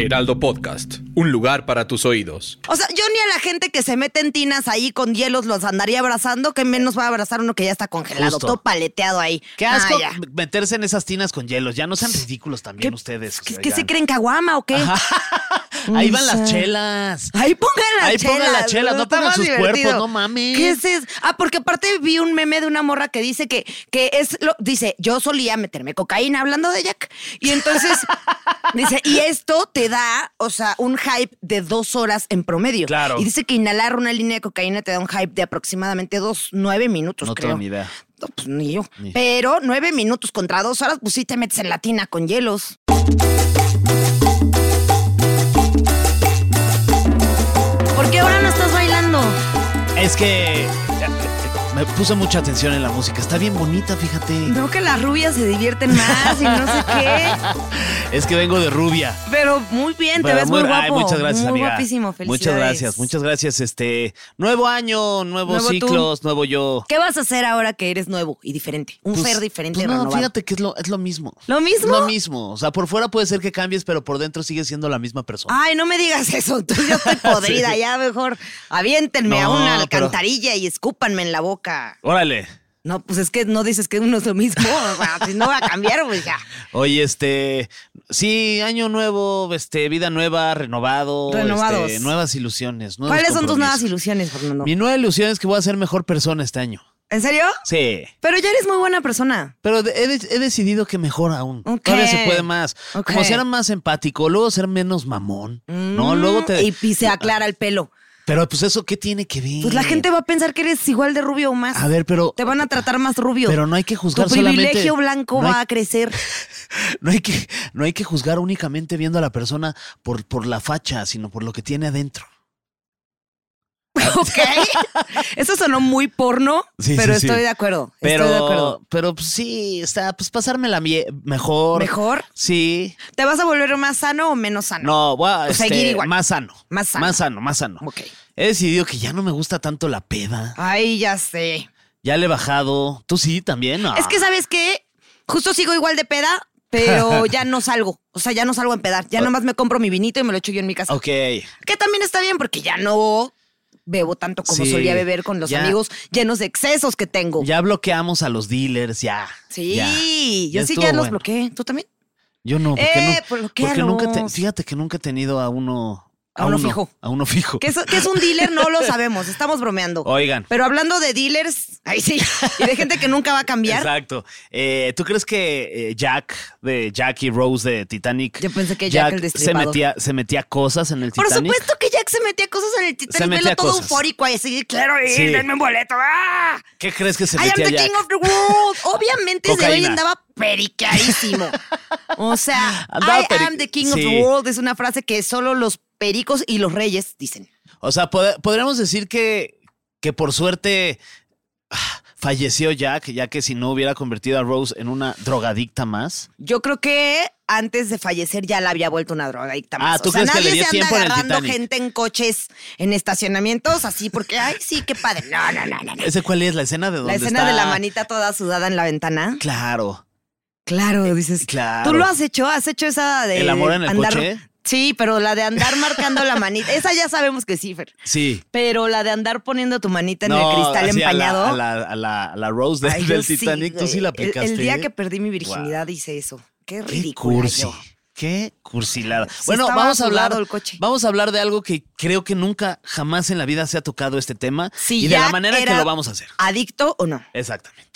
Heraldo Podcast, un lugar para tus oídos. O sea, yo ni a la gente que se mete en tinas ahí con hielos los andaría abrazando, que menos va a abrazar uno que ya está congelado, Justo. todo paleteado ahí. Qué asco Ah, ya. meterse en esas tinas con hielos. Ya no sean ridículos también ¿Qué- ustedes. ¿Qué, que qué se oigan. creen caguama o qué? Ahí van las chelas. Ahí pongan las Ahí chelas. pongan las chelas, no está pongan más sus cuerpos, no mames. ¿Qué es eso? Ah, porque aparte vi un meme de una morra que dice que, que es lo, dice, yo solía meterme cocaína hablando de Jack. Y entonces dice, y esto te da, o sea, un hype de dos horas en promedio. Claro. Y dice que inhalar una línea de cocaína te da un hype de aproximadamente dos, nueve minutos. No creo. tengo ni idea. No, pues ni yo. Pero nueve minutos contra dos horas, pues sí te metes en la tina con hielos. ¿Por qué ahora no estás bailando? Es que eh, me puse mucha atención en la música. Está bien bonita, fíjate. Creo que las rubias se divierten más y no sé qué. Es que vengo de rubia. Pero muy bien, te Pero ves muy, guapo. ay, muchas gracias, muy amiga. guapísimo, felicidades. Muchas gracias, muchas gracias. Este nuevo año, nuevos Nuevo tú. ciclos, nuevo yo. ¿Qué vas a hacer ahora que eres nuevo y diferente? Un ser diferente, pues no, renovado. fíjate que es lo, es lo mismo. ¿Lo mismo? Lo mismo. O sea, por fuera puede ser que cambies, pero por dentro sigues siendo la misma persona. Ay, no me digas eso. Tú, yo estoy podrida. Ya mejor aviéntenme a No, una pero- alcantarilla y escúpanme en la boca. Órale. No, pues es que no dices que uno es lo mismo. O sea, si no va a cambiar, pues ya. Oye, este, sí, año nuevo, este, vida nueva, renovado, Renovados. este, nuevas ilusiones. nuevos ¿Cuáles son tus nuevas compromisos. ilusiones, Fernando? Mi nueva ilusión es que voy a ser mejor persona este año. ¿En serio? Sí. Pero ya eres muy buena persona. Pero de- he, de- he decidido que mejor aún. Ok. Todavía se puede más. Ok. Como ser más empático, luego ser menos mamón. No, luego te. Mm, Y, y se aclara el pelo. Pero pues eso, ¿qué tiene que ver? Pues la gente va a pensar que eres igual de rubio o más. A ver, pero. Te van a tratar más rubio. Pero no hay que juzgar Tu solamente- privilegio blanco no hay- va a crecer. No hay, que, no hay que juzgar únicamente viendo a la persona por, por la facha, sino por lo que tiene adentro. ok. Eso sonó muy porno, Sí, pero sí, sí. estoy de acuerdo. Pero, Estoy de acuerdo. pero pues, sí, está, pues pasármela mie- mejor. ¿Mejor? Sí. ¿Te vas a volver más sano o menos sano? No, voy a, O seguir este, igual. Más sano. Más sano. Más sano, más sano. Ok. He decidido que ya no me gusta tanto la peda. Ay, ya sé. Ya le he bajado. Tú sí, también. Ah. Es que, ¿sabes qué? Justo sigo igual de peda, pero ya no salgo. O sea, ya no salgo a empedar. Ya nomás me compro mi vinito y me lo echo yo en mi casa. Ok. Que también está bien porque ya no bebo tanto como Sí, solía beber con los ya. amigos llenos de excesos que tengo. Ya bloqueamos a los dealers, ya. sí, ya. yo Ya sí estuvo ya los bueno. bloqueé. ¿Tú también? Yo no, porque, Eh, no, porque bloquéalos. nunca te- fíjate que nunca he tenido a uno. A uno fijo. A uno fijo. ¿Qué es, qué es un dealer? No lo sabemos. Estamos bromeando. Oigan. Pero hablando de dealers, ahí sí, y de gente que nunca va a cambiar. Exacto. Eh, ¿Tú crees que eh, Jack, de Jack y Rose de Titanic, Yo pensé que Jack el se Destripador. metía, se metía cosas en el Por Titanic? supuesto que Jack se metía cosas en el Se Titanic, metía velo todo cosas. eufórico ahí, así, quiero ir, Sí. denme un boleto. ¡ah! ¿Qué crees que se I am metía the Jack? king of the world. Obviamente ese hoy Cocaína. andaba pericarísimo. O sea, Andaba I peri- am the king of Sí. the world es una frase que solo los pericos y los reyes dicen. O sea, pod- podríamos decir que, que por suerte ah, falleció Jack, ya que si no hubiera convertido a Rose en una drogadicta más. Yo creo que antes de fallecer ya la había vuelto una drogadicta más. Ah, ¿tú o sea, crees que le nadie dio se anda tiempo en el agarrando Titanic? gente en coches, en estacionamientos, así porque, ay, sí, qué padre. No, no, no, no. no. ¿Ese cuál es? ¿La escena de donde La escena está- de la manita toda sudada en la ventana. Claro. Claro, dices. Eh, claro. ¿Tú lo has hecho? ¿Has hecho esa de. ¿El amor en el andar- coche? Sí, pero la de andar marcando la manita. Esa ya sabemos que sí, Fer. Sí. Pero la de andar poniendo tu manita en No, el cristal así a la- empañado. A la, a la- a la Rose de- Ay, yo del sí, Titanic, tú sí la güey. El- aplicaste. ¿eh? El, día que perdí mi virginidad hice eso. Qué Qué ridículo. cursi. Qué cursilada. Sí bueno, estaba vamos a hablar. sudado el coche. Vamos a hablar de algo que creo que nunca, jamás en la vida se ha tocado este tema. Si y de la ya manera en que era lo vamos a hacer. ¿Adicto o no? Exactamente.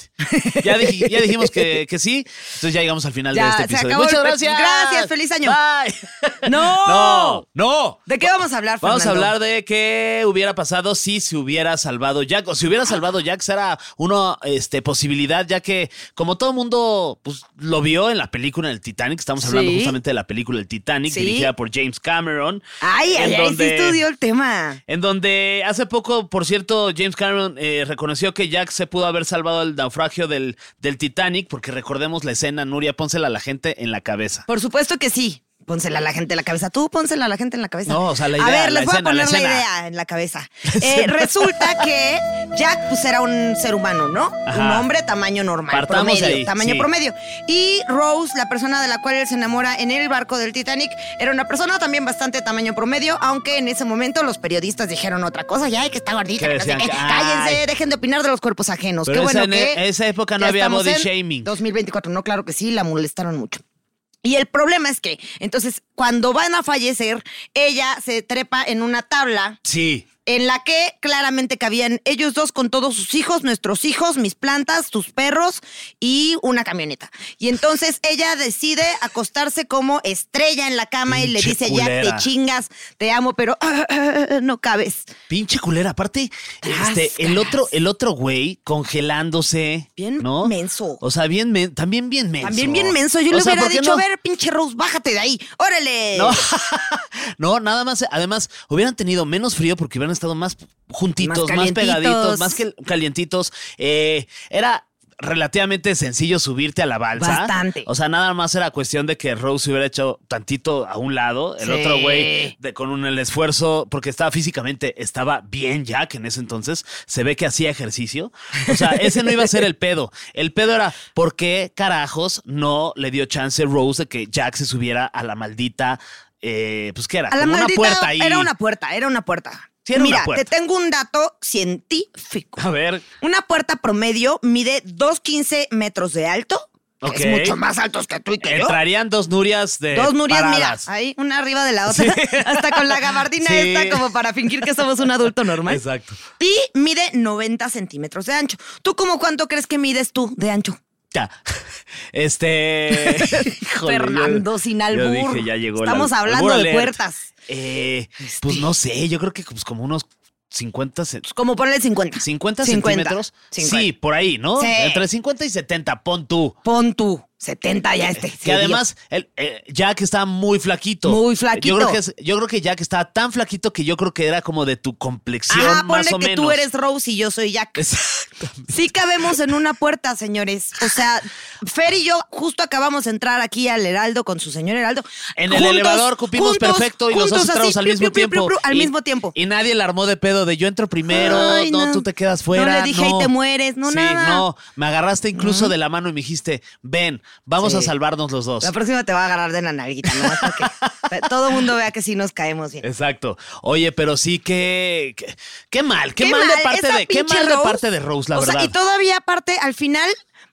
Ya, dij- ya dijimos que, que sí. Entonces ya llegamos al final Ya, de este se episodio. acabó el- Muchas gracias. gracias, feliz año. Bye. ¡No! No, no. ¿De qué vamos a hablar, Fernando? Vamos a hablar de qué hubiera pasado si se hubiera salvado Jack. O si Ah. hubiera salvado Jack, será una este, posibilidad, ya que como todo mundo pues, lo vio en la película del Titanic, estamos hablando Sí. justamente de la película del Titanic, Sí. dirigida por James Cameron. Ay, en ay, ay, sí donde- estudió el tema. en donde hace poco, por cierto, James Cameron eh, reconoció que Jack se pudo haber salvado del naufragio del, del Titanic, porque recordemos la escena, Nuria, pónsela a la gente en la cabeza. Por supuesto que sí. Pónsela a la gente en la cabeza. Tú pónsela a la gente en la cabeza. No, o sea, la A idea, ver, la les voy escena, a la poner la, escena. idea en la cabeza. Eh, resulta que Jack pues, era un ser humano, ¿no? Un Ajá. hombre tamaño normal, Partamos promedio, de ahí, tamaño sí. promedio. Y Rose, la persona de la cual él se enamora en el barco del Titanic, era una persona también bastante tamaño promedio, aunque en ese momento los periodistas dijeron otra cosa, ya, que está gordita, Que que no sé decían qué. que, ay. cállense, dejen de opinar de los cuerpos ajenos. Pero Pues qué esa bueno en- que esa época no ya había estamos body en shaming. 2024, no, claro que sí, la molestaron mucho. Y el problema es que, entonces, cuando van a fallecer, ella se trepa en una tabla Sí. en la que claramente cabían ellos dos con todos sus hijos, nuestros hijos, mis plantas, tus perros y una camioneta. Y entonces ella decide acostarse como estrella en la cama y le Pinche dice, culera. ya te chingas, te amo, pero no cabes. Pinche culera. Aparte, este, el otro, el otro güey congelándose. Bien ¿no? menso. O sea, bien men- también bien menso. También bien menso, yo O le sea, hubiera ¿por qué dicho, no? a ver, pinche Rose, bájate de ahí, órale. No, no, nada más. Además, hubieran tenido menos frío porque hubieran estado más juntitos, más, Más calientitos. pegaditos, más que calientitos. Eh, era relativamente sencillo subirte a la balsa. Bastante. O sea, nada más era cuestión de que Rose se hubiera hecho tantito a un lado, el Sí. otro güey de- con un, el esfuerzo, porque estaba físicamente, estaba bien Jack en ese entonces, se ve que hacía ejercicio. O sea, ese no iba a ser el pedo. El pedo era, ¿por qué carajos no le dio chance Rose de que Jack se subiera a la maldita... eh, pues qué era, A la como una maldita- puerta ahí. Era una puerta, era una puerta. Sí, era una Mira, puerta. te tengo un dato científico. A ver, Una puerta promedio mide 2,15 metros de alto. que Ok. es mucho más altos que tú y que yo. entrarían dos Nurias de Dos Nurias, Ah, paradas. mira, ahí, una arriba de la otra. Hasta con la gabardina Sí. esta, como para fingir que somos un adulto normal. Exacto. Y mide 90 centímetros de ancho. ¿Tú como cuánto crees que mides tú de ancho? Ya. Este. híjole, yo- Fernando, sin yo albur. dije, ya llegó el Estamos al- hablando albur de alert. puertas. Eh, Este. Pues no sé, yo creo que pues, como unos 50, ce- Como ponle 50. 50, 50, centímetros. 50. Sí, por ahí, ¿no? Sí. Entre 50 y 70, pon tú. Pon tú 70 ya este. Que además, el, eh, Jack está muy flaquito. Muy flaquito. Yo creo, que es- yo creo que Jack estaba tan flaquito que yo creo que era como de tu complexión Ajá, ponle más o que menos. tú eres Rose y yo soy Jack. Exactamente. Sí cabemos en una puerta, señores. O sea, Fer y yo justo acabamos de entrar aquí al Heraldo con su señor Heraldo. En el Juntos, elevador cupimos juntos, perfecto y los juntos dos entramos así, al piu, mismo piu, piu, tiempo. piu, piu, al Y- mismo tiempo. Y nadie la armó de pedo de yo entro primero, Ay, no, no. tú te quedas fuera. No le dije, no. "Ahí te mueres", no, Sí, nada. no, me agarraste incluso de la mano y me dijiste, ven, vamos Sí. a salvarnos los dos. La próxima te va a agarrar de la nalguita, nomás para que todo el mundo vea que sí nos caemos bien. Exacto. Oye, pero sí que, que- qué mal, qué, mal, de parte esa de, qué pinche mal de Rose. parte de Rose, la O sea, y verdad. todavía aparte, al final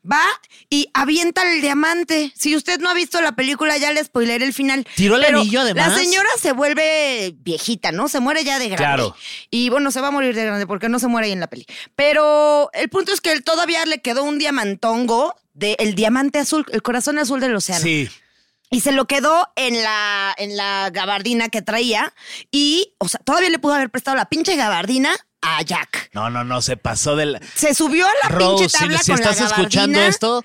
va y avienta el diamante. Si usted no ha visto la película, ya le spoileré el final. ¿Tiró el Pero anillo, además? La señora se vuelve viejita, ¿no? Se muere ya de grande. Claro. Y bueno, se va a morir de grande porque no se muere ahí en la peli. Pero el punto es que él todavía le quedó un diamantongo del diamante azul, el corazón azul del océano. sí. Y se lo quedó en la, en la gabardina que traía. Y, o sea, todavía le pudo haber prestado la pinche gabardina a Jack. No, no, no, se pasó del Se subió a la Rose, pinche si, tabla si con estás la gabardina. escuchando esto,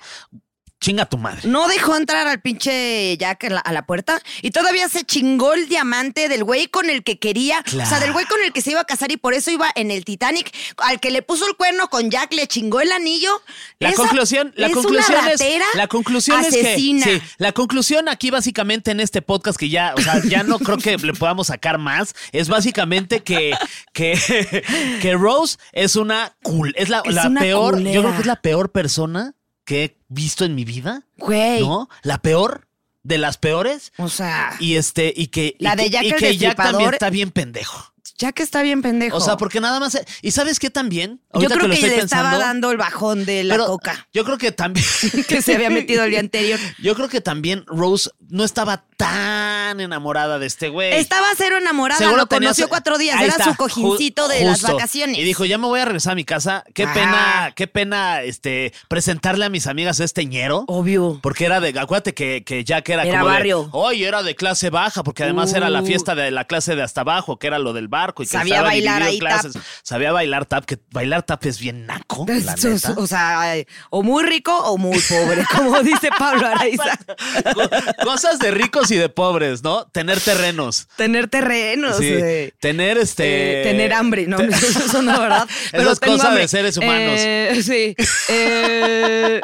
chinga tu madre. No dejó entrar al pinche Jack en la- a la puerta. Y todavía se chingó el diamante del güey con el que quería. O sea, Claro. del güey con el que se iba a casar y por eso iba en el Titanic. Al que le puso el cuerno con Jack, le chingó el anillo. La Esa conclusión, la es una conclusión es, ratera la conclusión asesina. es que, sí, la conclusión aquí básicamente en este podcast que ya, o sea, ya no creo que le podamos sacar más, es básicamente que que que Rose es una cool, es la, Es la una peor, yo culera. creo que es la peor persona que he visto en mi vida, Güey. ¿no? La peor de las peores O sea, y este y que y La de que- Jack y el que Jack también Destripador. está bien pendejo. Jack está bien pendejo. O sea, porque nada más y sabes qué también, Yo Ahorita creo lo que, estoy le estaba pensando, dando el bajón de la pero coca Yo creo que también que se había metido el día anterior. Yo creo que también Rose no estaba tan enamorada de este güey. Estaba cero enamorada, lo tenía conoció su- cuatro días, Ahí era está, su cojincito ju- de las justo. vacaciones. Y dijo, ya me voy a regresar a mi casa. Qué Ah. pena, qué pena este, presentarle a mis amigas este ñero. Obvio. Porque era de, acuérdate que, que Jack era, Era como de, barrio. "Ay, era de clase baja, porque además era la Uh. fiesta de la clase de hasta abajo, que era lo del barco y que Sabía estaba bailar dividido en ahí clases. tap. Sabía bailar tap, que bailar tap es bien naco, la Su- neta. su- Pues, O sea, eh, o muy rico o muy pobre, como dice Pablo Araiza. Co- Cosas de ricos y de pobres, ¿no? Tener terrenos. tener terrenos. Sí, eh, tener este eh, tener hambre, no, eso no, ¿verdad? Esas tengo cosas de hambre. seres humanos. Eh, sí. Eh,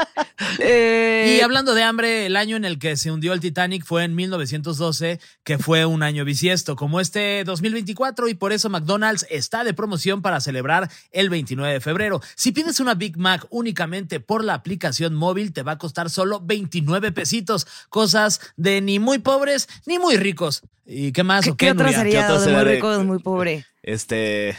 eh, Y hablando de hambre, el año en el que se hundió el Titanic fue en 1912, que fue un año bisiesto, como este 2024, y por eso McDonald's está de promoción para celebrar el 29 de febrero. Si pides una Big Mac únicamente por la aplicación móvil, te va a costar solo 29 pesitos, cosas de ni muy pobres ni muy ricos. ¿Y qué más? ¿Qué, o qué otro Nuria? sería de otro sería muy de- rico, de muy pobre? este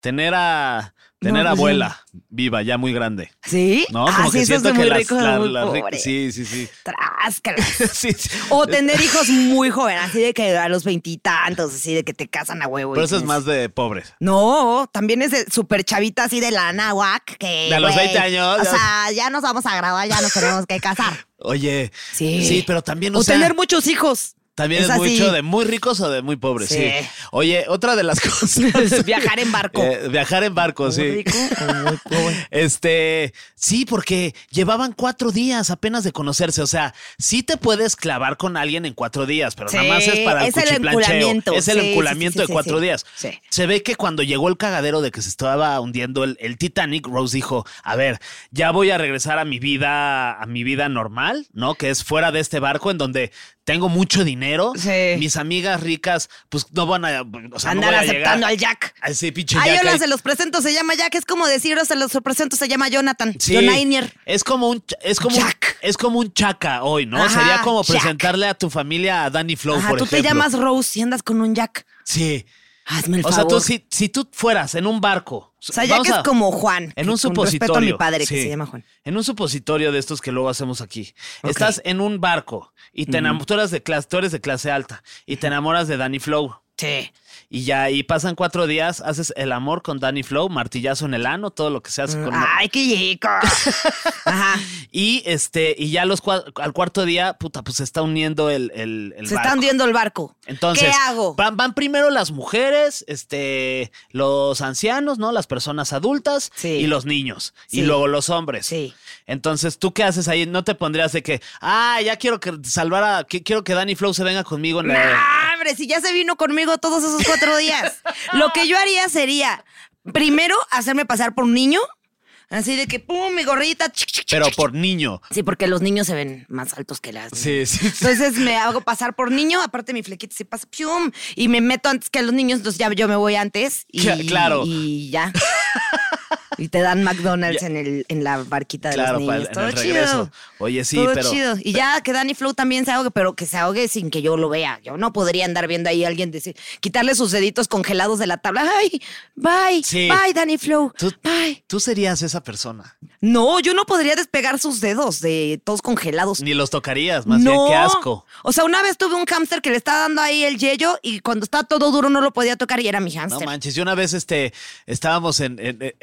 tener a tener No, pues, abuela viva, ya muy grande. ¿Sí? No, ah, como sí, que eso es siento de que muy las- rico, de la- muy las ricas- pobre. sí, sí, sí. Tráscalas. Sí, sí. O tener hijos muy joven, así de que a los veintitantos, así de que te casan a huevo. y Pero eso es tienes- más de pobres. No, también es de súper chavita así de la náhuac que. De a los güey, 20 años, O ya- sea, ya nos vamos a graduar, ya nos tenemos que casar. Oye, sí, Sí. pero también, O, o, sea, tener muchos hijos. también es, así. mucho de muy ricos o de muy pobres, sí. Sí. Oye, otra de las cosas. Viajar en barco. Eh, viajar en barco, Muy sí. rico o muy pobre. Este, sí, porque llevaban cuatro días apenas de conocerse. O sea, sí te puedes clavar con alguien en cuatro días, pero nada más es Sí, para el es el cuchiplancheo. enculamiento. Es el Sí, sí, sí, enculamiento sí, de sí, cuatro sí. días. Sí. Se ve que cuando llegó el cagadero de que se estaba hundiendo el, el Titanic, Rose dijo: A ver, ya voy a regresar a mi vida, a mi vida normal, ¿no? Que es fuera de este barco en donde tengo mucho dinero. Sí. Mis amigas ricas, pues no van a. o sea, no Andar voy a aceptando Ah, llegar al Jack. a ese pinche Ay, Jack hola, ahí. se los presento, se llama Jack. Es como decir, hola, se los presento, se llama Jonathan. Sí. Jonainer. Es como un ch- es como un- Jack. es como un chaca hoy, ¿no? Ajá, Sería como Jack. presentarle a tu familia a Danny Flow, Ajá, por tú te ejemplo. llamas Rose y andas con un Jack. Sí. Hazme el O sea, favor. tú si, si tú fueras en un barco. O sea, Jack vamos es a- como Juan. En un que con respeto a mi supositorio. padre que Sí. se llama Juan. En un supositorio de estos que luego hacemos aquí. Ok. Estás en un barco y te enam- tú eras de clase, tú eres de clase alta y te enamoras de Danny Flow. Sí. Y ya ahí pasan cuatro días, haces el amor con Danny Flow, martillazo en el ano, todo lo que se hace con Mm. Ay, qué chico. Ajá. Y este, y ya los cua- al cuarto día, puta, pues se está uniendo el, el, el Se barco. está hundiendo el barco. Entonces, ¿qué hago? Van, van primero las mujeres, este, los ancianos, ¿no? Las personas adultas Sí. y los niños. Y Sí. luego los hombres. Sí. Entonces, ¿tú qué haces ahí? No te pondrías de que, ah, ya quiero que salvar a. que- quiero que Danny Flow se venga conmigo en la-". ¡Nah, hombre, si ya se vino conmigo todos esos cuatro días. Lo que yo haría sería, primero, hacerme pasar por un niño. Así de que, pum, mi gorrita. chic, chic, chic, Pero chic. por niño. Sí, porque los niños se ven más altos que las. Sí, sí, sí. Entonces me hago pasar por niño, aparte mi flequita se pasa, ¡pium! Y me meto antes que los niños, entonces ya yo me voy antes. Y, Cla- claro. Y ya. y te dan McDonald's en, el, en la barquita de Claro, los para niños. el- en Todo el chido. regreso. Oye, sí, Todo pero- chido. Y ya que Danny Flow también se ahogue, pero que se ahogue sin que yo lo vea. Yo no podría andar viendo ahí a alguien decir, quitarle sus deditos congelados de la tabla. ¡Ay! ¡Bye! Sí. ¡Bye, Danny Flow! Tú- ¡Bye! Tú serías esa persona. No, yo no podría despegar sus dedos de todos congelados. Ni los tocarías, más bien, qué asco. O sea, una vez tuve un hámster que le estaba dando ahí el yello y cuando estaba todo duro no lo podía tocar y era mi No hámster. manches, yo una vez este estábamos en, en- eh,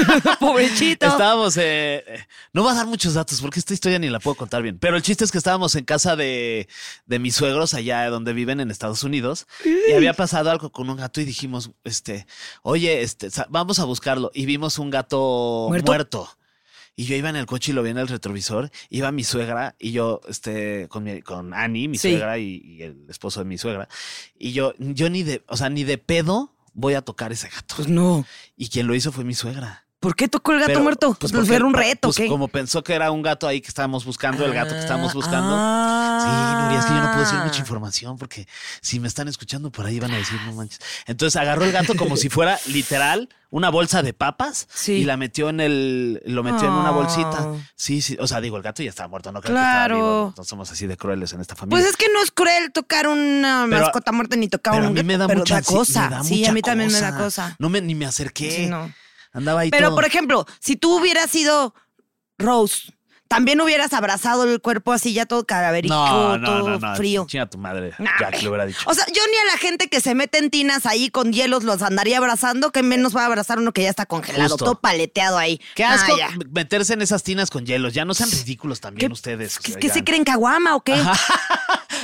Pobrecito. estábamos eh, eh, no va a dar muchos datos porque esta historia ni la puedo contar bien, pero el chiste es que estábamos en casa de de mis suegros allá donde viven en Estados Unidos y había pasado algo con un gato y dijimos, este, "Oye, este, sa- vamos a buscarlo" y vimos un gato ¿Muerto? muerto. Y yo iba en el coche y lo vi en el retrovisor. Iba mi suegra y yo, este, con, mi- con Annie, mi Sí. suegra y, y el esposo de mi suegra. Y yo, yo ni de, o sea, ni de pedo voy a tocar ese gato. Pues no. Y quien lo hizo fue mi suegra. ¿Por qué tocó el gato Pero, muerto? Pues, porque- era un reto, pues, ¿qué? Como pensó que era un gato ahí que estábamos buscando, el gato que estábamos buscando. Ah. Sí, Nuria, es que yo no puedo decir mucha información porque si me están escuchando por ahí van a decir, no manches. Entonces agarró el gato como si fuera literal una bolsa de papas Sí. y la metió en el, lo metió en una bolsita. Ah. Sí, sí. O sea, digo, el gato ya estaba muerto, no creo Claro. que estaba vivo. No somos así de crueles en esta familia. Pues es que no es cruel tocar una Pero- mascota muerta ni tocar pero un a mí me da pero mucha ansi- me cosa. da sí, mucha a mí también me da cosa. cosa. No me ni me acerqué. Sí, no. Andaba ahí Pero todo. por ejemplo, si tú hubieras sido Rose, También hubieras abrazado el cuerpo así ya todo cadavérico, No, no, todo no, no. frío. Chinga tu madre. Nah, Jack le hubiera dicho. O sea, yo ni a la gente que se mete en tinas ahí con hielos los andaría abrazando, que menos va a abrazar uno que ya está congelado, Justo. todo paleteado ahí. Qué asco Ah, ya. meterse en esas tinas con hielos. Ya no sean ridículos también ustedes. ¿Qué, o sea, qué ya. se creen caguama o qué?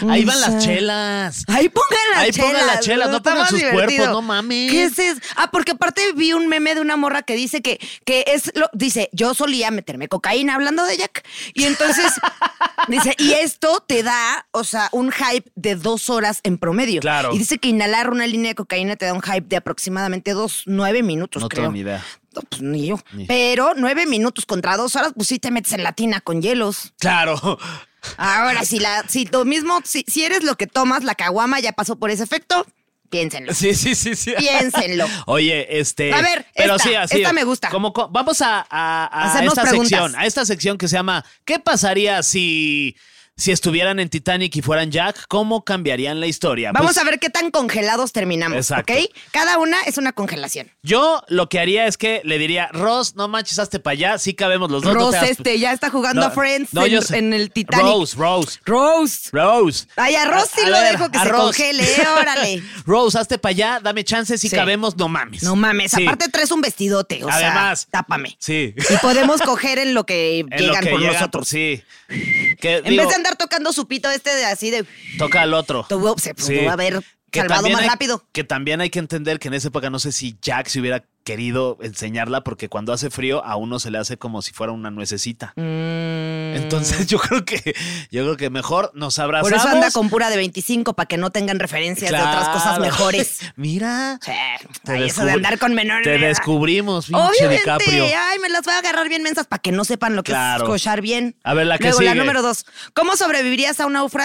Ahí Mm, van las sí. chelas. Ahí pongan las Ahí chelas. pongan las chelas, no está pongan más sus cuerpos, no mames. ¿Qué es eso? Ah, porque aparte vi un meme de una morra que dice que, que es lo. Dice, yo solía meterme cocaína hablando de Jack. Y entonces dice, y esto te da, o sea, un hype de dos horas en promedio. Claro. Y dice que inhalar una línea de cocaína te da un hype de aproximadamente dos, nueve minutos, No creo. tengo ni idea. No, pues ni yo. Pero nueve minutos contra dos horas, pues sí te metes en latina con hielos. Claro. Ahora, si la, si lo mismo, si, si eres lo que tomas, la caguama ya pasó por ese efecto, piénsenlo. Sí, sí, sí, sí. Piénsenlo. Oye, este. A ver, pero esta, sí, así. esta me gusta. Como, co- vamos a, a- a Hacernos esta preguntas. sección, a esta sección que se llama ¿Qué pasaría si, si estuvieran en Titanic y fueran Jack? ¿Cómo cambiarían la historia? Vamos Pues, a ver qué tan congelados terminamos, Exacto. ¿ok? Cada una es una congelación. Yo lo que haría es que le diría, Ross, no manches, hazte para allá, sí cabemos los dos. Pues Ross, no te hagas- este, ya está jugando a Friends en- yo sé. en el Titanic. Rose, Rose, Rose. Rose. Ay, a Ross sí A- a lo ver, dejo que a se Ross. congele, ¿eh? órale. Rose, hazte para allá, dame chance, si Sí. cabemos, no mames. No mames, Sí. aparte traes un vestidote, o Además. sea, tápame. Sí. Y podemos coger en lo que En lo llegan que por llega, nosotros. Sí. Que, En digo, vez de andar tocando su pito este de así de... Toca al otro. Tuvo- se pudo haber salvado también más hay- rápido. Que también hay que entender que en esa época no sé si Jack se hubiera querido enseñarla porque cuando hace frío a uno se le hace como si fuera una nuececita. Entonces yo creo que yo creo que mejor nos abrazamos. Mm. Por eso anda con pura de 25 para que no tengan referencias de otras cosas Claro. mejores. Mira, Sí, Te ay, eso de descubri- andar con menores. te descubrimos, pinche DiCaprio. Obviamente, ay, me las voy a agarrar bien mensas para que no sepan lo que Claro. es cochar bien. A ver, la que Luego, la sigue. número dos. ¿Cómo sobrevivirías a un naufragio?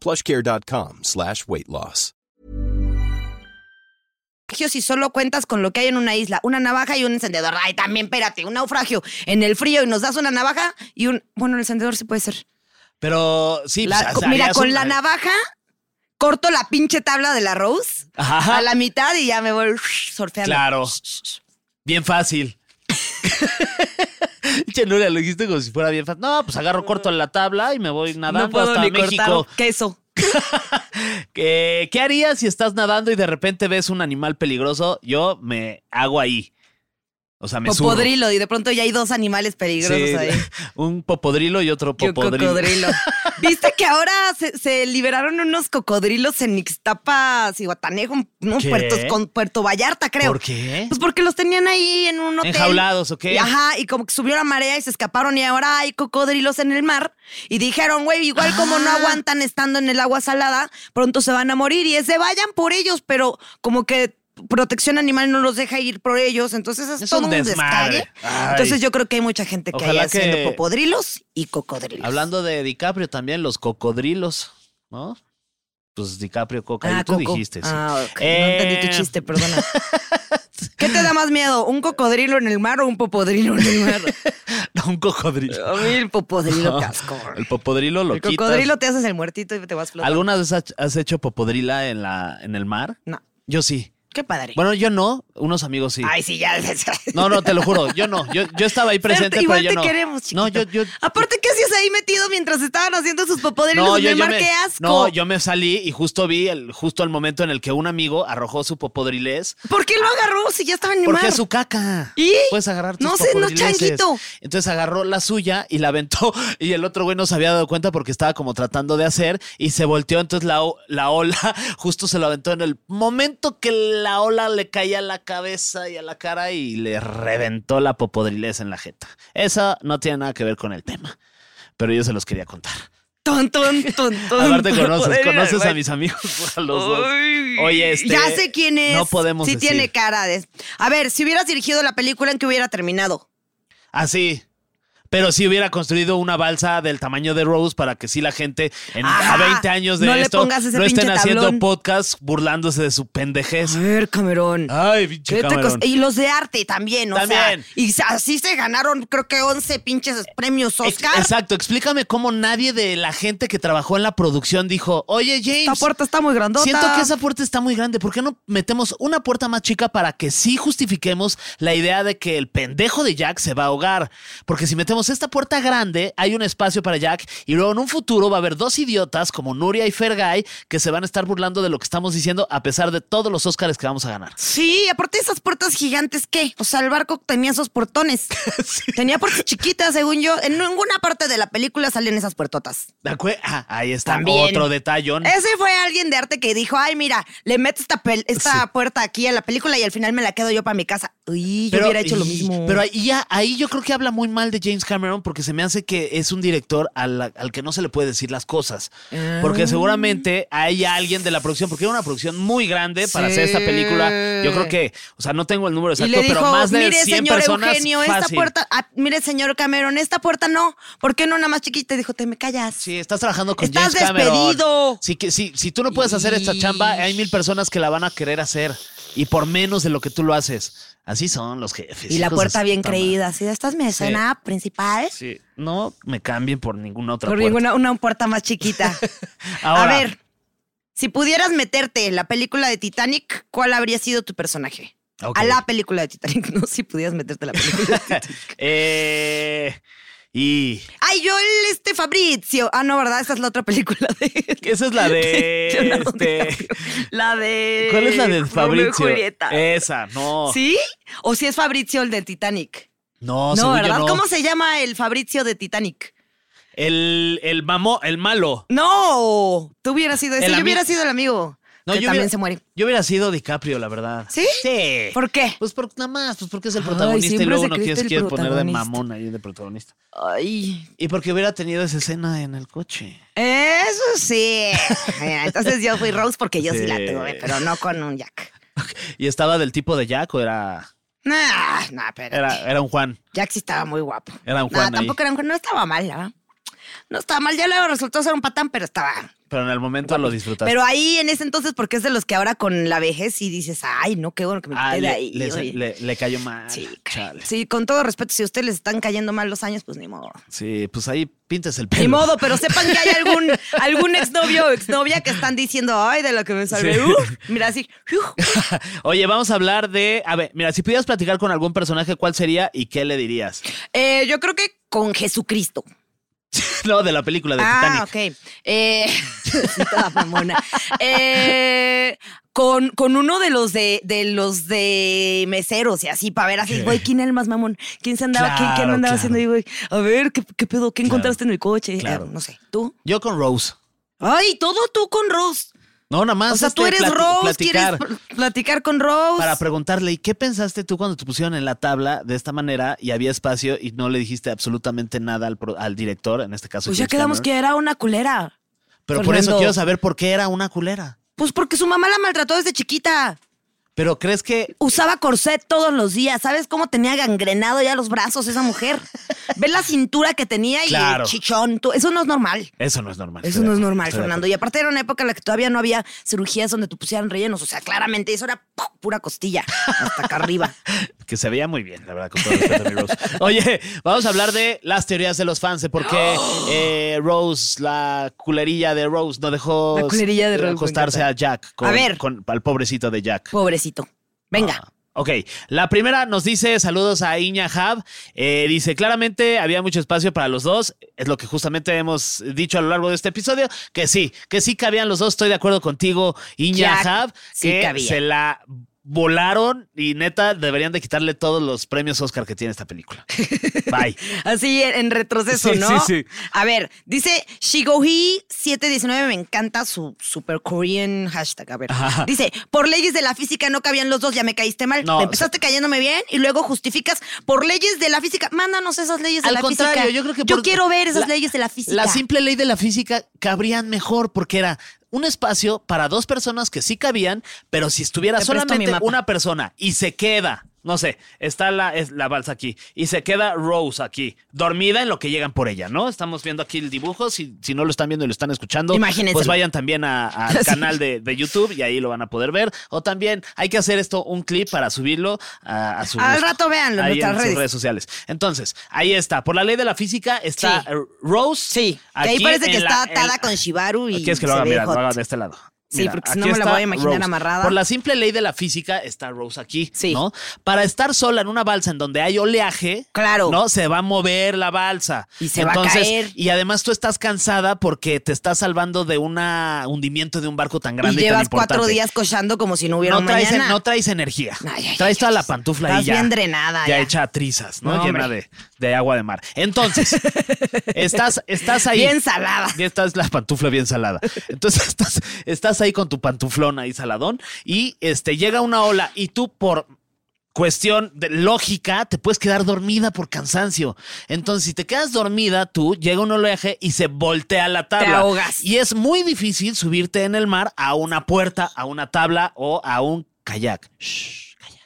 plushcare.com slash weight loss. Si solo cuentas con lo que hay en una isla, una navaja y un encendedor. Ay, también, espérate, un naufragio en el frío y nos das una navaja y un. Bueno, el encendedor sí puede ser. Pero sí, La- pues, co- mira, harías con un- la navaja corto la pinche tabla de la Rose Ajá. a la mitad y ya me voy ush, surfeando. Claro. Bien fácil. Chenura, lo dijiste como si fuera bien fácil. No, pues agarro corto la tabla y me voy nadando no puedo hasta ni México. cortar queso. Eh, ¿Qué harías si estás nadando y de repente ves un animal peligroso? Yo me hago ahí. O sea, me zurro. Popodrilo, y de pronto ya hay dos animales peligrosos Sí, ahí. Un popodrilo y otro Que un popodrilo. cocodrilo. ¿Viste que ahora se, se liberaron unos cocodrilos en Ixtapa, Cihuatanejo, unos ¿Qué? puertos con Puerto Vallarta, creo? ¿Por qué? Pues porque los tenían ahí en un hotel. Enjaulados, ¿o qué? Y Ajá, y como que subió la marea y se escaparon y ahora hay cocodrilos en el mar. Y dijeron, güey, igual como Ah. no aguantan estando en el agua salada, pronto se van a morir. Y es de vayan por ellos, pero como que protección animal no los deja ir por ellos. Entonces es, Es todo un un desmadre. descalle. Ay. Entonces yo creo que hay mucha gente que hay Ojalá haciendo que- popodrilos y cocodrilos. Hablando de DiCaprio también, los cocodrilos, ¿no? Pues DiCaprio, Coca, Ah, y tú Coco. dijiste. sí. Ah, ok. Eh, No entendí tu chiste, perdona. ¿Qué te da más miedo? ¿Un cocodrilo en el mar o un popodrilo en el mar? no, un cocodrilo. A mí el popodrilo No, casco. El popodrilo lo Oh. El quitas. cocodrilo te haces el muertito y te vas flotando. ¿Alguna vez has has hecho popodrila en, la, en el mar? No. Yo sí. Qué padre. Bueno, yo no, unos amigos sí. Ay, sí, ya. No, no, te lo juro, yo no. Yo, yo estaba ahí presente, Igual pero yo te no. queremos, chiquito. No, yo, yo. Aparte, ¿qué hacías ahí metido mientras estaban haciendo sus popoderes? No, No, yo, yo, yo qué asco. no, yo me salí y justo vi el, justo el momento en el que un amigo arrojó su popodrilés. ¿Por qué lo agarró si ya estaba en el Porque mar? es su caca. ¿Y? Puedes agarrar tus No sé, no, popodrileses. changuito. Entonces agarró la suya y la aventó. Y el otro güey no se había dado cuenta porque estaba como tratando de hacer y se volteó. Entonces la, o- la ola justo se lo aventó en el momento que la ola le caía a la cabeza y a la cara y le reventó la popodrilés en la jeta. Eso no tiene nada que ver con el tema. Pero yo se los quería contar. Ton, ton, ton, ton. Aparte conoces, Poder, conoces a güey. mis amigos, a los dos. Ay. Oye, este, Ya sé quién es. No podemos Sí decir. tiene cara de. A ver, si hubieras dirigido la película en que hubiera terminado. Así. Ah, Pero si hubiera construido una balsa del tamaño de Rose para que sí la gente en, Ajá. a 20 años de No le esto pongas ese no estén pinche haciendo tablón. podcast burlándose de su pendejez. ver, Camerón. Ay, pinche ¿Qué otra cosa? Cameron. Y los de arte también, o También. sea. Y así se ganaron, creo que 11 pinches premios Ex- Oscar. Exacto, explícame cómo nadie de la gente que trabajó en la producción dijo, oye Esta James, puerta está muy grandota. siento que esa puerta está muy grande, ¿por qué no metemos una puerta más chica para que sí justifiquemos la idea de que el pendejo de Jack se va a ahogar? Porque si metemos esta puerta grande, hay un espacio para Jack y luego en un futuro va a haber dos idiotas como Nuria y Fergay que se van a estar burlando de lo que estamos diciendo a pesar de todos los Óscares que vamos a ganar. Sí, aparte esas puertas gigantes, ¿qué? O sea, el barco tenía esos portones. Tenía puertas chiquitas, según yo. En ninguna parte de la película salen esas puertotas. ¿De acuerdo? Ah, ahí está También. Eh, otro detallón. Ese fue alguien de arte que dijo, ay, mira, le meto esta, pel- esta puerta aquí a la película y al final me la quedo yo para mi casa. Uy, yo hubiera hecho lo y- mismo. Pero ahí, ya- ahí yo creo que habla muy mal de James Cameron porque se me hace que es un director al, al que no se le puede decir las cosas. Ah. Porque seguramente hay alguien de la producción, porque era una producción muy grande para hacer esta Sí. película. Yo creo que, o sea, no tengo el número y exacto, le dijo, pero más de mire, 100 señor personas. Eugenio, esta fácil. puerta, ah, mire, señor Cameron, esta puerta no. ¿Por qué no nada más chiquita? Y dijo, te me callas. Sí, estás trabajando con Estás James Cameron. despedido. Si, que- si, si tú no puedes hacer esta chamba, hay mil personas que la van a querer hacer. Y por menos de lo que tú lo haces. Así son los jefes. y la hijos de puerta su bien puta madre. creída, así de esta es mi escena principal. Sí, no me cambien por ninguna otra Por puerta. ninguna, una puerta más chiquita. Ahora, A ver, si pudieras meterte en la película de Titanic, ¿cuál habría sido tu personaje? Ok. A la película de Titanic, no si pudieras meterte a la película. eh, y Ay, yo el este Fabrizio. Ah, no, ¿verdad? Esa es la otra película de. esa es la de Leonardo este, DiCaprio. La de. ¿Cuál es la del Eh, Romeo y Fabrizio? Eh, Julieta. Esa, no. ¿Sí? ¿O si es Fabrizio el del Titanic? No, no, según yo ¿verdad? no. ¿Cómo se llama el Fabrizio de Titanic? El, el mamó, el malo. No, tú hubieras sido ese. El Yo ami- hubiera sido el amigo. No, que yo también hubiera- se muere. Yo hubiera sido DiCaprio, la verdad. ¿Sí? Sí. ¿Por qué? Pues por, nada más, pues porque es el Ay, protagonista y siempre luego se uno cree quiere, el quiere poner de protagonista. mamón ahí de protagonista. Ay, Y porque hubiera tenido esa escena en el coche. Eso sí. Mira, Entonces yo fui Rose porque yo sí, la Sí. tuve, pero no con un Jack. ¿Y estaba del tipo de Jack o era, Nah, nah, pero era, era un Juan? Jack sí estaba muy guapo. Era un Nah, Juan ahí. tampoco era un Juan, no estaba mal, ¿verdad? No estaba mal, ya luego resultó ser un patán, pero estaba. Pero en el momento lo disfrutaste. Pero ahí en ese entonces, porque es de los que ahora con la vejez y dices, ay, no, qué bueno que me Ah, quedé le, ahí. le- oye. le- le cayó mal. sí, caray. chale. sí, con todo respeto, si a ustedes les están cayendo mal los años, pues ni modo. Sí, pues ahí pintes el pelo. Ni modo, pero sepan que hay algún, algún exnovio o exnovia que están diciendo, ay, de lo que me salvé. Sí. Uf, mira así. uf. Oye, vamos a hablar de. A ver, mira, si pudieras platicar con algún personaje, ¿cuál sería y qué le dirías? Eh, yo creo que con Jesucristo. No, de la película de ah, Titanic. ok. Eh, sí, toda mamona. Eh, con, con uno de los de, de los de meseros y así, para ver así, güey, ¿quién era el más mamón? ¿Quién se andaba, quién, quién Claro, andaba claro. haciendo ahí, güey? A ver, ¿qué, qué pedo? ¿Qué Claro, encontraste en el coche? Eh, claro. no sé, ¿tú? Yo con Rose. Ay, todo tú con Rose. No, nada más. O sea, este, tú eres plati- Rose, platicar quieres pl- platicar con Rose. Pues Para preguntarle, ¿y qué pensaste tú cuando te pusieron en la tabla de esta manera y había espacio y no le dijiste absolutamente nada al, pro- al director, en este caso? pues ya James quedamos Cameron? que era una culera. Pero por eso Fernando. quiero saber por qué era una culera. Pues porque su mamá la maltrató desde chiquita. Pero crees que. Usaba corset todos los días. ¿Sabes cómo tenía gangrenado ya los brazos esa mujer? Ve la cintura que tenía y Claro. el chichón. Tú- Eso no es normal. Eso no es normal. Eso estoy de no es acuerdo, normal, estoy de Fernando. Y aparte era una época en la que todavía no había cirugías donde te pusieran rellenos. O sea, claramente eso era ¡puf! pura costilla hasta acá arriba. Que se veía muy bien, la verdad, con todo respeto, mi Rose. Oye, vamos a hablar de las teorías de los fans, de por qué ¡Oh! eh, Rose, la culerilla de Rose, no dejó La culerilla de Rose, me acostarse encanta. a Jack, con, A ver. con- al pobrecito de Jack. pedacito. Venga. Ah, Ok, la primera nos dice saludos a Iña Hab. Eh, dice, claramente había mucho espacio para los dos. Es lo que justamente hemos dicho a lo largo de este episodio, que sí, que sí cabían los dos. Estoy de acuerdo contigo, Iña Ya Hab, sí que cabía. se la volaron y neta deberían de quitarle todos los premios Oscar que tiene esta película. Bye. Así en, en retroceso, Sí, ¿no? sí, sí. A ver, dice Shigohi719, me encanta su super Korean hashtag. A ver, dice, por leyes de la física no cabían los dos, ya me caíste mal. No, Me empezaste cayéndome bien y luego justificas por leyes de la física. Mándanos esas leyes de Al la física. contrario, yo creo que Yo por- quiero ver esas la- leyes de la física. La simple ley de la física cabrían mejor porque era un espacio para dos personas que sí cabían, pero si estuviera Te presto mi solamente mapa. una persona y se queda, no sé, está la, es la balsa aquí y se queda Rose aquí, dormida en lo que llegan por ella, ¿no? Estamos viendo aquí el dibujo, si, si no lo están viendo y lo están escuchando, Imagínenselo. pues vayan también a- al Sí. canal de, de YouTube y ahí lo van a poder ver. O también hay que hacer esto un clip para subirlo a, a su... Al gusto. rato véanlo en Ahí nuestras sus redes. sociales. Entonces, ahí está. Por la ley de la física está Sí. eh, Rose. Sí, que Aquí ahí parece que en está la- atada en- con Shibaru y ¿Quieres que lo se haga? ve Mira, lo hot. haga de este lado. Sí, Mira, porque si aquí no me la está voy a imaginar Rose. amarrada. Por la simple ley de la física está Rose aquí, Sí. ¿no? Para estar sola en una balsa en donde hay oleaje, Claro. ¿no? Se va a mover la balsa. Y se va a caer. Y además tú estás cansada porque te estás salvando de un hundimiento de un barco tan Y grande y, tan llevas cuatro importante. días cochando como si no hubiera No un traes, mañana. no traes energía. Ay, ay, ay, traes toda ay. la pantufla ahí Estás ya. bien drenada, Ya, ya. hecha trizas, ¿no? No, Llena de, de agua de mar. Entonces, estás, estás ahí. Bien salada. Ya estás la pantufla bien salada. Entonces estás, estás ahí con tu pantuflón ahí saladón y este, llega una ola y tú por cuestión de lógica te puedes quedar dormida por cansancio. Entonces si te quedas dormida tú llega un oleaje y se voltea la tabla. ahogas. Y es muy difícil subirte en el mar a una puerta, a una tabla o a un kayak. Shh, kayak.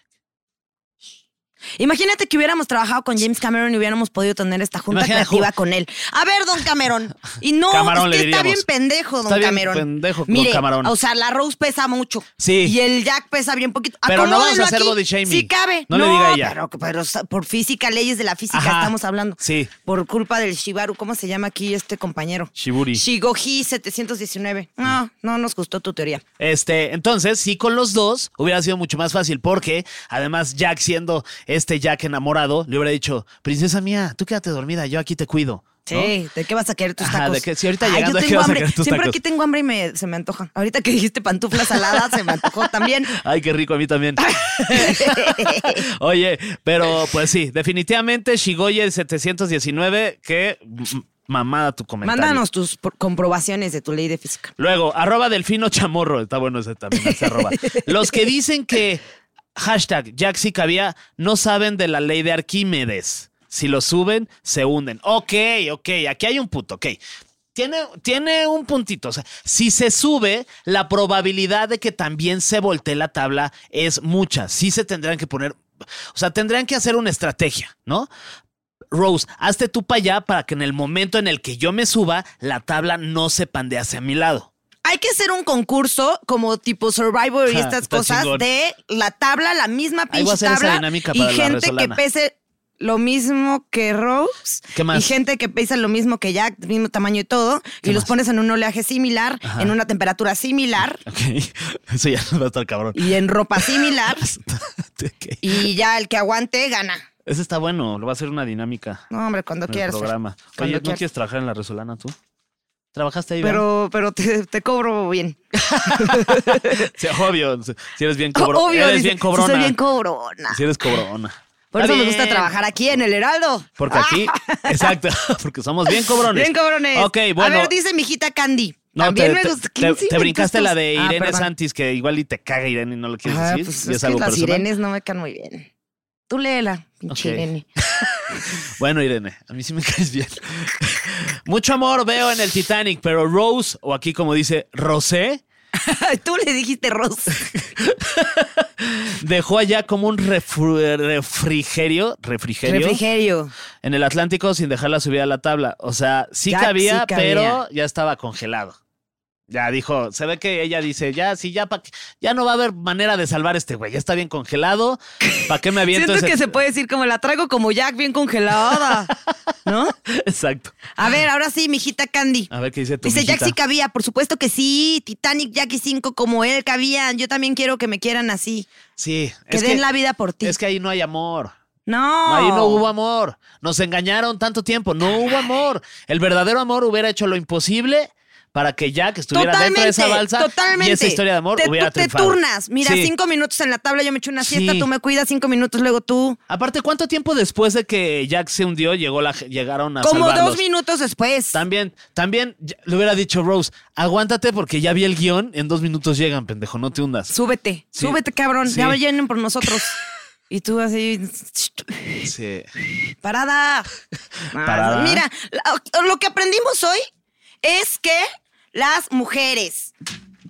Imagínate que hubiéramos trabajado con James Cameron y hubiéramos podido tener esta junta Imagínate, creativa con él. A ver, don Cameron. Y no, Camarón, es que le está bien diríamos. pendejo, don Está bien Cameron. pendejo, don Mire, Cameron. O sea, la Rose pesa mucho. Sí. Y el Jack pesa bien poquito. Pero no vamos a Acomódenlo hacer aquí, body shaming. Sí cabe. No le diga ella. Pero, pero sa- por física, leyes de la física Ajá. estamos hablando. Sí. Por culpa del Shibaru. ¿Cómo se llama aquí este compañero? Shiburi. Shigohi 719. No, no nos gustó tu teoría. Este, entonces, sí, con los dos hubiera sido mucho más fácil, porque además, Jack, siendo este Jack enamorado, le hubiera dicho: Princesa mía, tú quédate dormida, yo aquí te cuido. Sí, ¿no? ¿de qué vas a querer tus Ajá, tacos? de que si ahorita Ay, llegando, yo ¿de qué tengo vas a hambre. querer tus Siempre tacos? que tengo hambre y me, se me antoja. Ahorita que dijiste pantufla salada, se me antojó también. Ay, qué rico a mí también. Oye, pero pues sí, definitivamente Shigoye 719, que m- mamada tu comentario. Mándanos tus por- comprobaciones de tu ley de física. Luego, arroba delfino chamorro. Está bueno ese también, ese arroba. Los que dicen que hashtag Jack sí cabía no saben de la ley de Arquímedes. Si lo suben, se hunden. Ok, ok, aquí hay un punto, ok. Tiene, tiene un puntito. O sea, si se sube, la probabilidad de que también se voltee la tabla es mucha. Sí se tendrán que poner. O sea, tendrán que hacer una estrategia, ¿no? Rose, hazte tú para allá para que en el momento en el que yo me suba, la tabla no se pandee hacia mi lado. Hay que hacer un concurso como tipo Survivor y Ja, estas está cosas chingón. de la tabla, la misma Ahí voy a pinche hacer esa tabla dinámica y para la gente que resolana. pese lo mismo que Rose ¿Qué más? y gente que pesa lo mismo que Jack, mismo tamaño y todo, y los pones en un oleaje similar, en una temperatura similar Ok, eso ya va a estar cabrón. y en ropa similar Ok. y ya el que aguante gana. Ese está bueno, lo va a hacer una dinámica No, hombre, cuando en el quieras. Fer. programa. Cuando Oye, ¿no quieras. quieres trabajar en la Resolana tú? ¿Trabajaste ahí? Pero, pero te, te cobro bien. ¿verdad? Sí, obvio, si si eres bien cobrona. Obvio, eres dice, bien sí cobrona. soy bien cobrona. Si eres cobrona. Por Está eso me gusta bien. trabajar aquí en el Heraldo. Porque aquí, exacto, porque somos bien cobrones. Bien cobrones. Ok, bueno. A ver, dice mi hijita Candy. No, También te, me te- gusta. te- ¿Quién se te inventó brincaste la estos? de Ah, Irene perdón. Santis, que igual y te caga Irene y no lo quieres Ah, decir. pues y es, es que algo las personal. Irenes no me caen muy bien. Tú léela, pinche Ok. Irene. Bueno, Irene, a mí sí me caes bien. Mucho amor veo en el Titanic, pero Rose, o aquí como dice Rosé, Tú le dijiste Rose. dejó allá como un refru- refrigerio, refrigerio, Refrigerio. en el Atlántico sin dejarla subir a la tabla. O sea, sí Ya, cabía, sí cabía. pero ya estaba congelado. Ya dijo, se ve que ella dice, ya, sí, ya, pa' qué- ya no va a haber manera de salvar este güey, ya está bien congelado, ¿para qué me aviento Siento ese- que se puede decir como la traigo como Jack bien congelada, ¿no? Exacto. A ver, ahora sí, mijita Candy. A ver qué dice tu Dice, Jack mijita. sí cabía, por supuesto que sí. Titanic, Jack y cinco como él cabían. Yo también quiero que me quieran así. Sí. Que es den la vida por ti. Es que ahí no hay amor. No. Ahí no hubo amor. Nos engañaron tanto tiempo. No hubo amor. El verdadero amor hubiera hecho lo imposible para que Jack estuviera dentro de esa balsa totalmente. y esa historia de amor te, hubiera tú te triunfado. turnas. Mira, Sí. cinco minutos en la tabla, yo me echo una siesta, Sí. tú me cuidas cinco minutos, luego tú. Aparte, ¿cuánto tiempo después de que Jack se hundió llegó la, llegaron a Como salvarlos? dos minutos después. También, también ya- le hubiera dicho Rose, aguántate porque ya vi el guión, en dos minutos llegan, pendejo, no te hundas. Súbete, Sí. súbete, cabrón. Sí. Ya vienen por nosotros. y tú así. Sí. Parada. Parada. Mira, la- lo que aprendimos hoy es que las mujeres.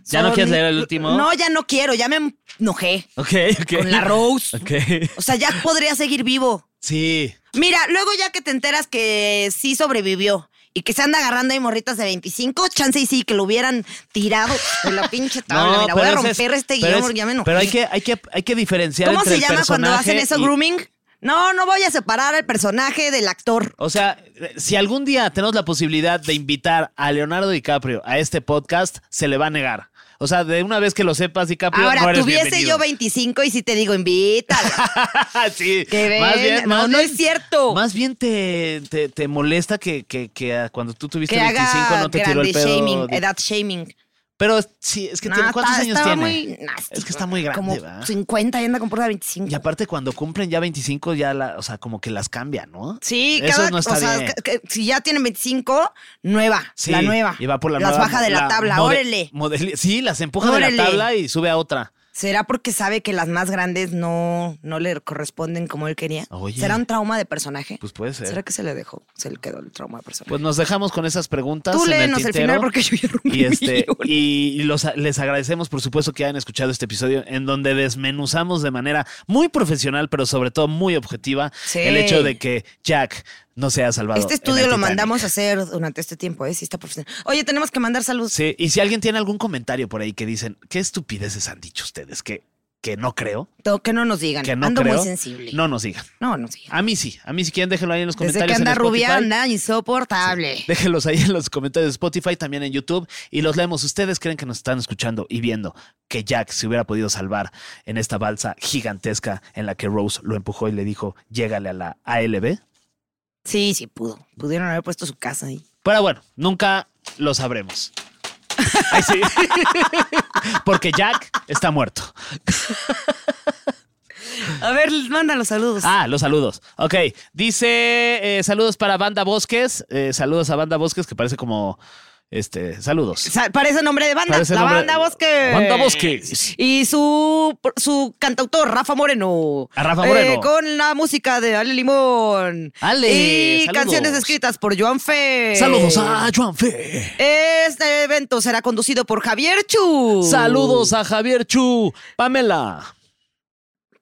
¿Ya no quieres leer el último? No, ya no quiero, ya me enojé Ok, ok. con la Rose. Ok. O sea, ya podría seguir vivo. Sí. Mira, luego ya que te enteras que sí sobrevivió y que se anda agarrando ahí morritas de 25, chance y sí que lo hubieran tirado de Ah, la pinche tabla. Mira, voy a pero ese es- romper este pero guión es- porque ya me enojé. Pero hay que, hay que, hay que diferenciar ¿Cómo entre se el llama cuando hacen personaje eso, y- grooming? No, no voy a separar el personaje del actor. O sea, eh, si algún día tenemos la posibilidad de invitar a Leonardo DiCaprio a este podcast, se le va a negar. O sea, de una vez que lo sepas, DiCaprio, Ahora, no eres tuviese bienvenido. yo 25 y si te digo, invítala. sí, Que ven, más bien, no, más no bien- es cierto. Más bien te, te, te molesta que, que- que, ah, cuando tú tuviste que 25 haga no te tiró grande el pedo. shaming, Di- edad shaming. Pero es- sí, es que No, tiene- ¿cuántos está- años estaba tiene? muy nasty, es que está muy grande, Como ¿va? 50 y anda con pura de 25. Y aparte cuando cumplen ya 25 ya la, o sea, como que las cambia, ¿no? Sí, Eso cada, no está o sea, bien. que- que si ya tienen 25, nueva, Sí, la nueva. y va por la las nueva baja mo- de la, tabla, mode- órale. modeli- sí, las empuja de Órale. la tabla y sube a otra. ¿Será porque sabe que las más grandes no, no le corresponden como él quería? Oye. ¿Será un trauma de personaje? Pues puede ser. ¿Será que se le dejó? Se le quedó el trauma de personaje. Pues nos dejamos con esas preguntas. Tú en el, léenos el tintero. final porque yo ya rompí y este mi guión. y los les agradecemos por supuesto que hayan escuchado este episodio en donde desmenuzamos de manera muy profesional pero sobre todo muy objetiva Sí. el hecho de que Jack no se ha salvado. Este en estudio el lo Titanic. mandamos a hacer durante este tiempo, ¿eh? Sí, está profesional. Oye, tenemos que mandar saludos. Sí, y si alguien tiene algún comentario por ahí que dicen, ¿qué estupideces han dicho ustedes? Que, que no creo, No, Que no nos digan. que no Ando creo. muy sensible. No nos digan. no nos digan. A mí sí, a mí si quieren déjenlo ahí en los Desde que comentarios. en anda rubia, Spotify. anda insoportable. Déjenlos ahí en los comentarios de Spotify, también en YouTube, y los leemos. ¿Ustedes creen que nos están escuchando y viendo que Jack se hubiera podido salvar en esta balsa gigantesca en la que Rose lo empujó y le dijo, llégale a la ALB? Sí, sí pudo. Pudieron haber puesto su casa ahí. Pero bueno, nunca lo sabremos. Ay, sí. Porque Jack está muerto. A ver, manda los saludos. Ah, los saludos. Ok, dice eh, saludos para Banda Bosques. eh, saludos a Banda Bosques, que parece como, este, saludos. O sea, Parece nombre de banda. Parece la nombre- banda Bosque. Banda Bosques. Y su, su cantautor, Rafa Moreno. Eh, A Rafa Moreno. con la música de Ale Limón. Ale, Y saludos. canciones escritas por Joan Fe. Saludos a Joan Fe. Este evento será conducido por Javier Chu. Saludos a Javier Chu, Pamela.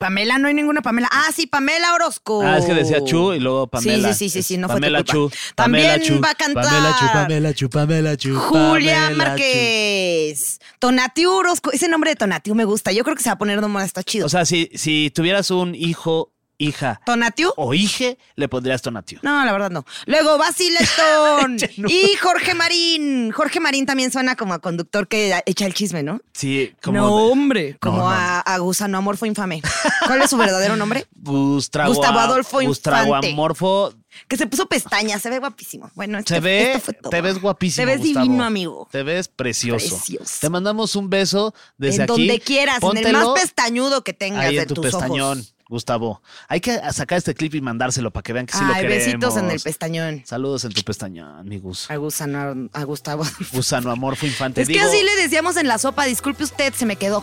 Pamela, no hay ninguna Pamela. Ah, sí, Pamela Orozco. Ah, es que decía Chu y luego Pamela. Uh. Sí, sí, sí, sí, sí no Pamela fue tu culpa. Chu, Pamela También Chu, va a cantar Pamela Chu, Pamela Chu, Pamela Chu, Julia Pamela Márquez. Tonatiu Orozco. Ese nombre de Tonatiu me gusta. Yo creo que se va a poner de moda. Está Chu. chido. O sea, si, si tuvieras un hijo, hija ¿Tonatiu? o hije, le pondrías Tonatiu. No, la verdad no. Luego Basil Lecton y Jorge Marín. Jorge Marín también suena como a conductor que echa el chisme, ¿no? Sí, como. no, hombre. Como no. A, a Gusano Amorfo Infame. ¿Cuál es su verdadero nombre? Gustavo, Gustavo Adolfo Gustavo Infante. Amorfo. Que se puso pestañas, se ve guapísimo. Bueno, esto, Se ve, esto fue todo. te ves guapísimo. Te ves Gustavo. divino, amigo. Te ves precioso. Precioso. Te mandamos un beso desde en aquí. donde quieras, en el Póntelo. más pestañudo que tengas Ahí de en tu tus pestañón, ojos. Gustavo. Hay que sacar este clip y mandárselo para que vean que sí lo Ay, queremos. besitos en el pestañón. Saludos en tu pestañón, mi Gus. A Gusano, a Gustavo. Adolfo. Gusano Amorfo Infante. Es que Digo- así le decíamos en la sopa, disculpe usted, se me quedó.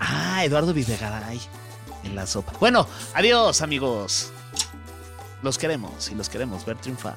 Ah, Eduardo Videgaray en la sopa. Bueno, adiós, amigos. Los queremos y los queremos ver triunfar.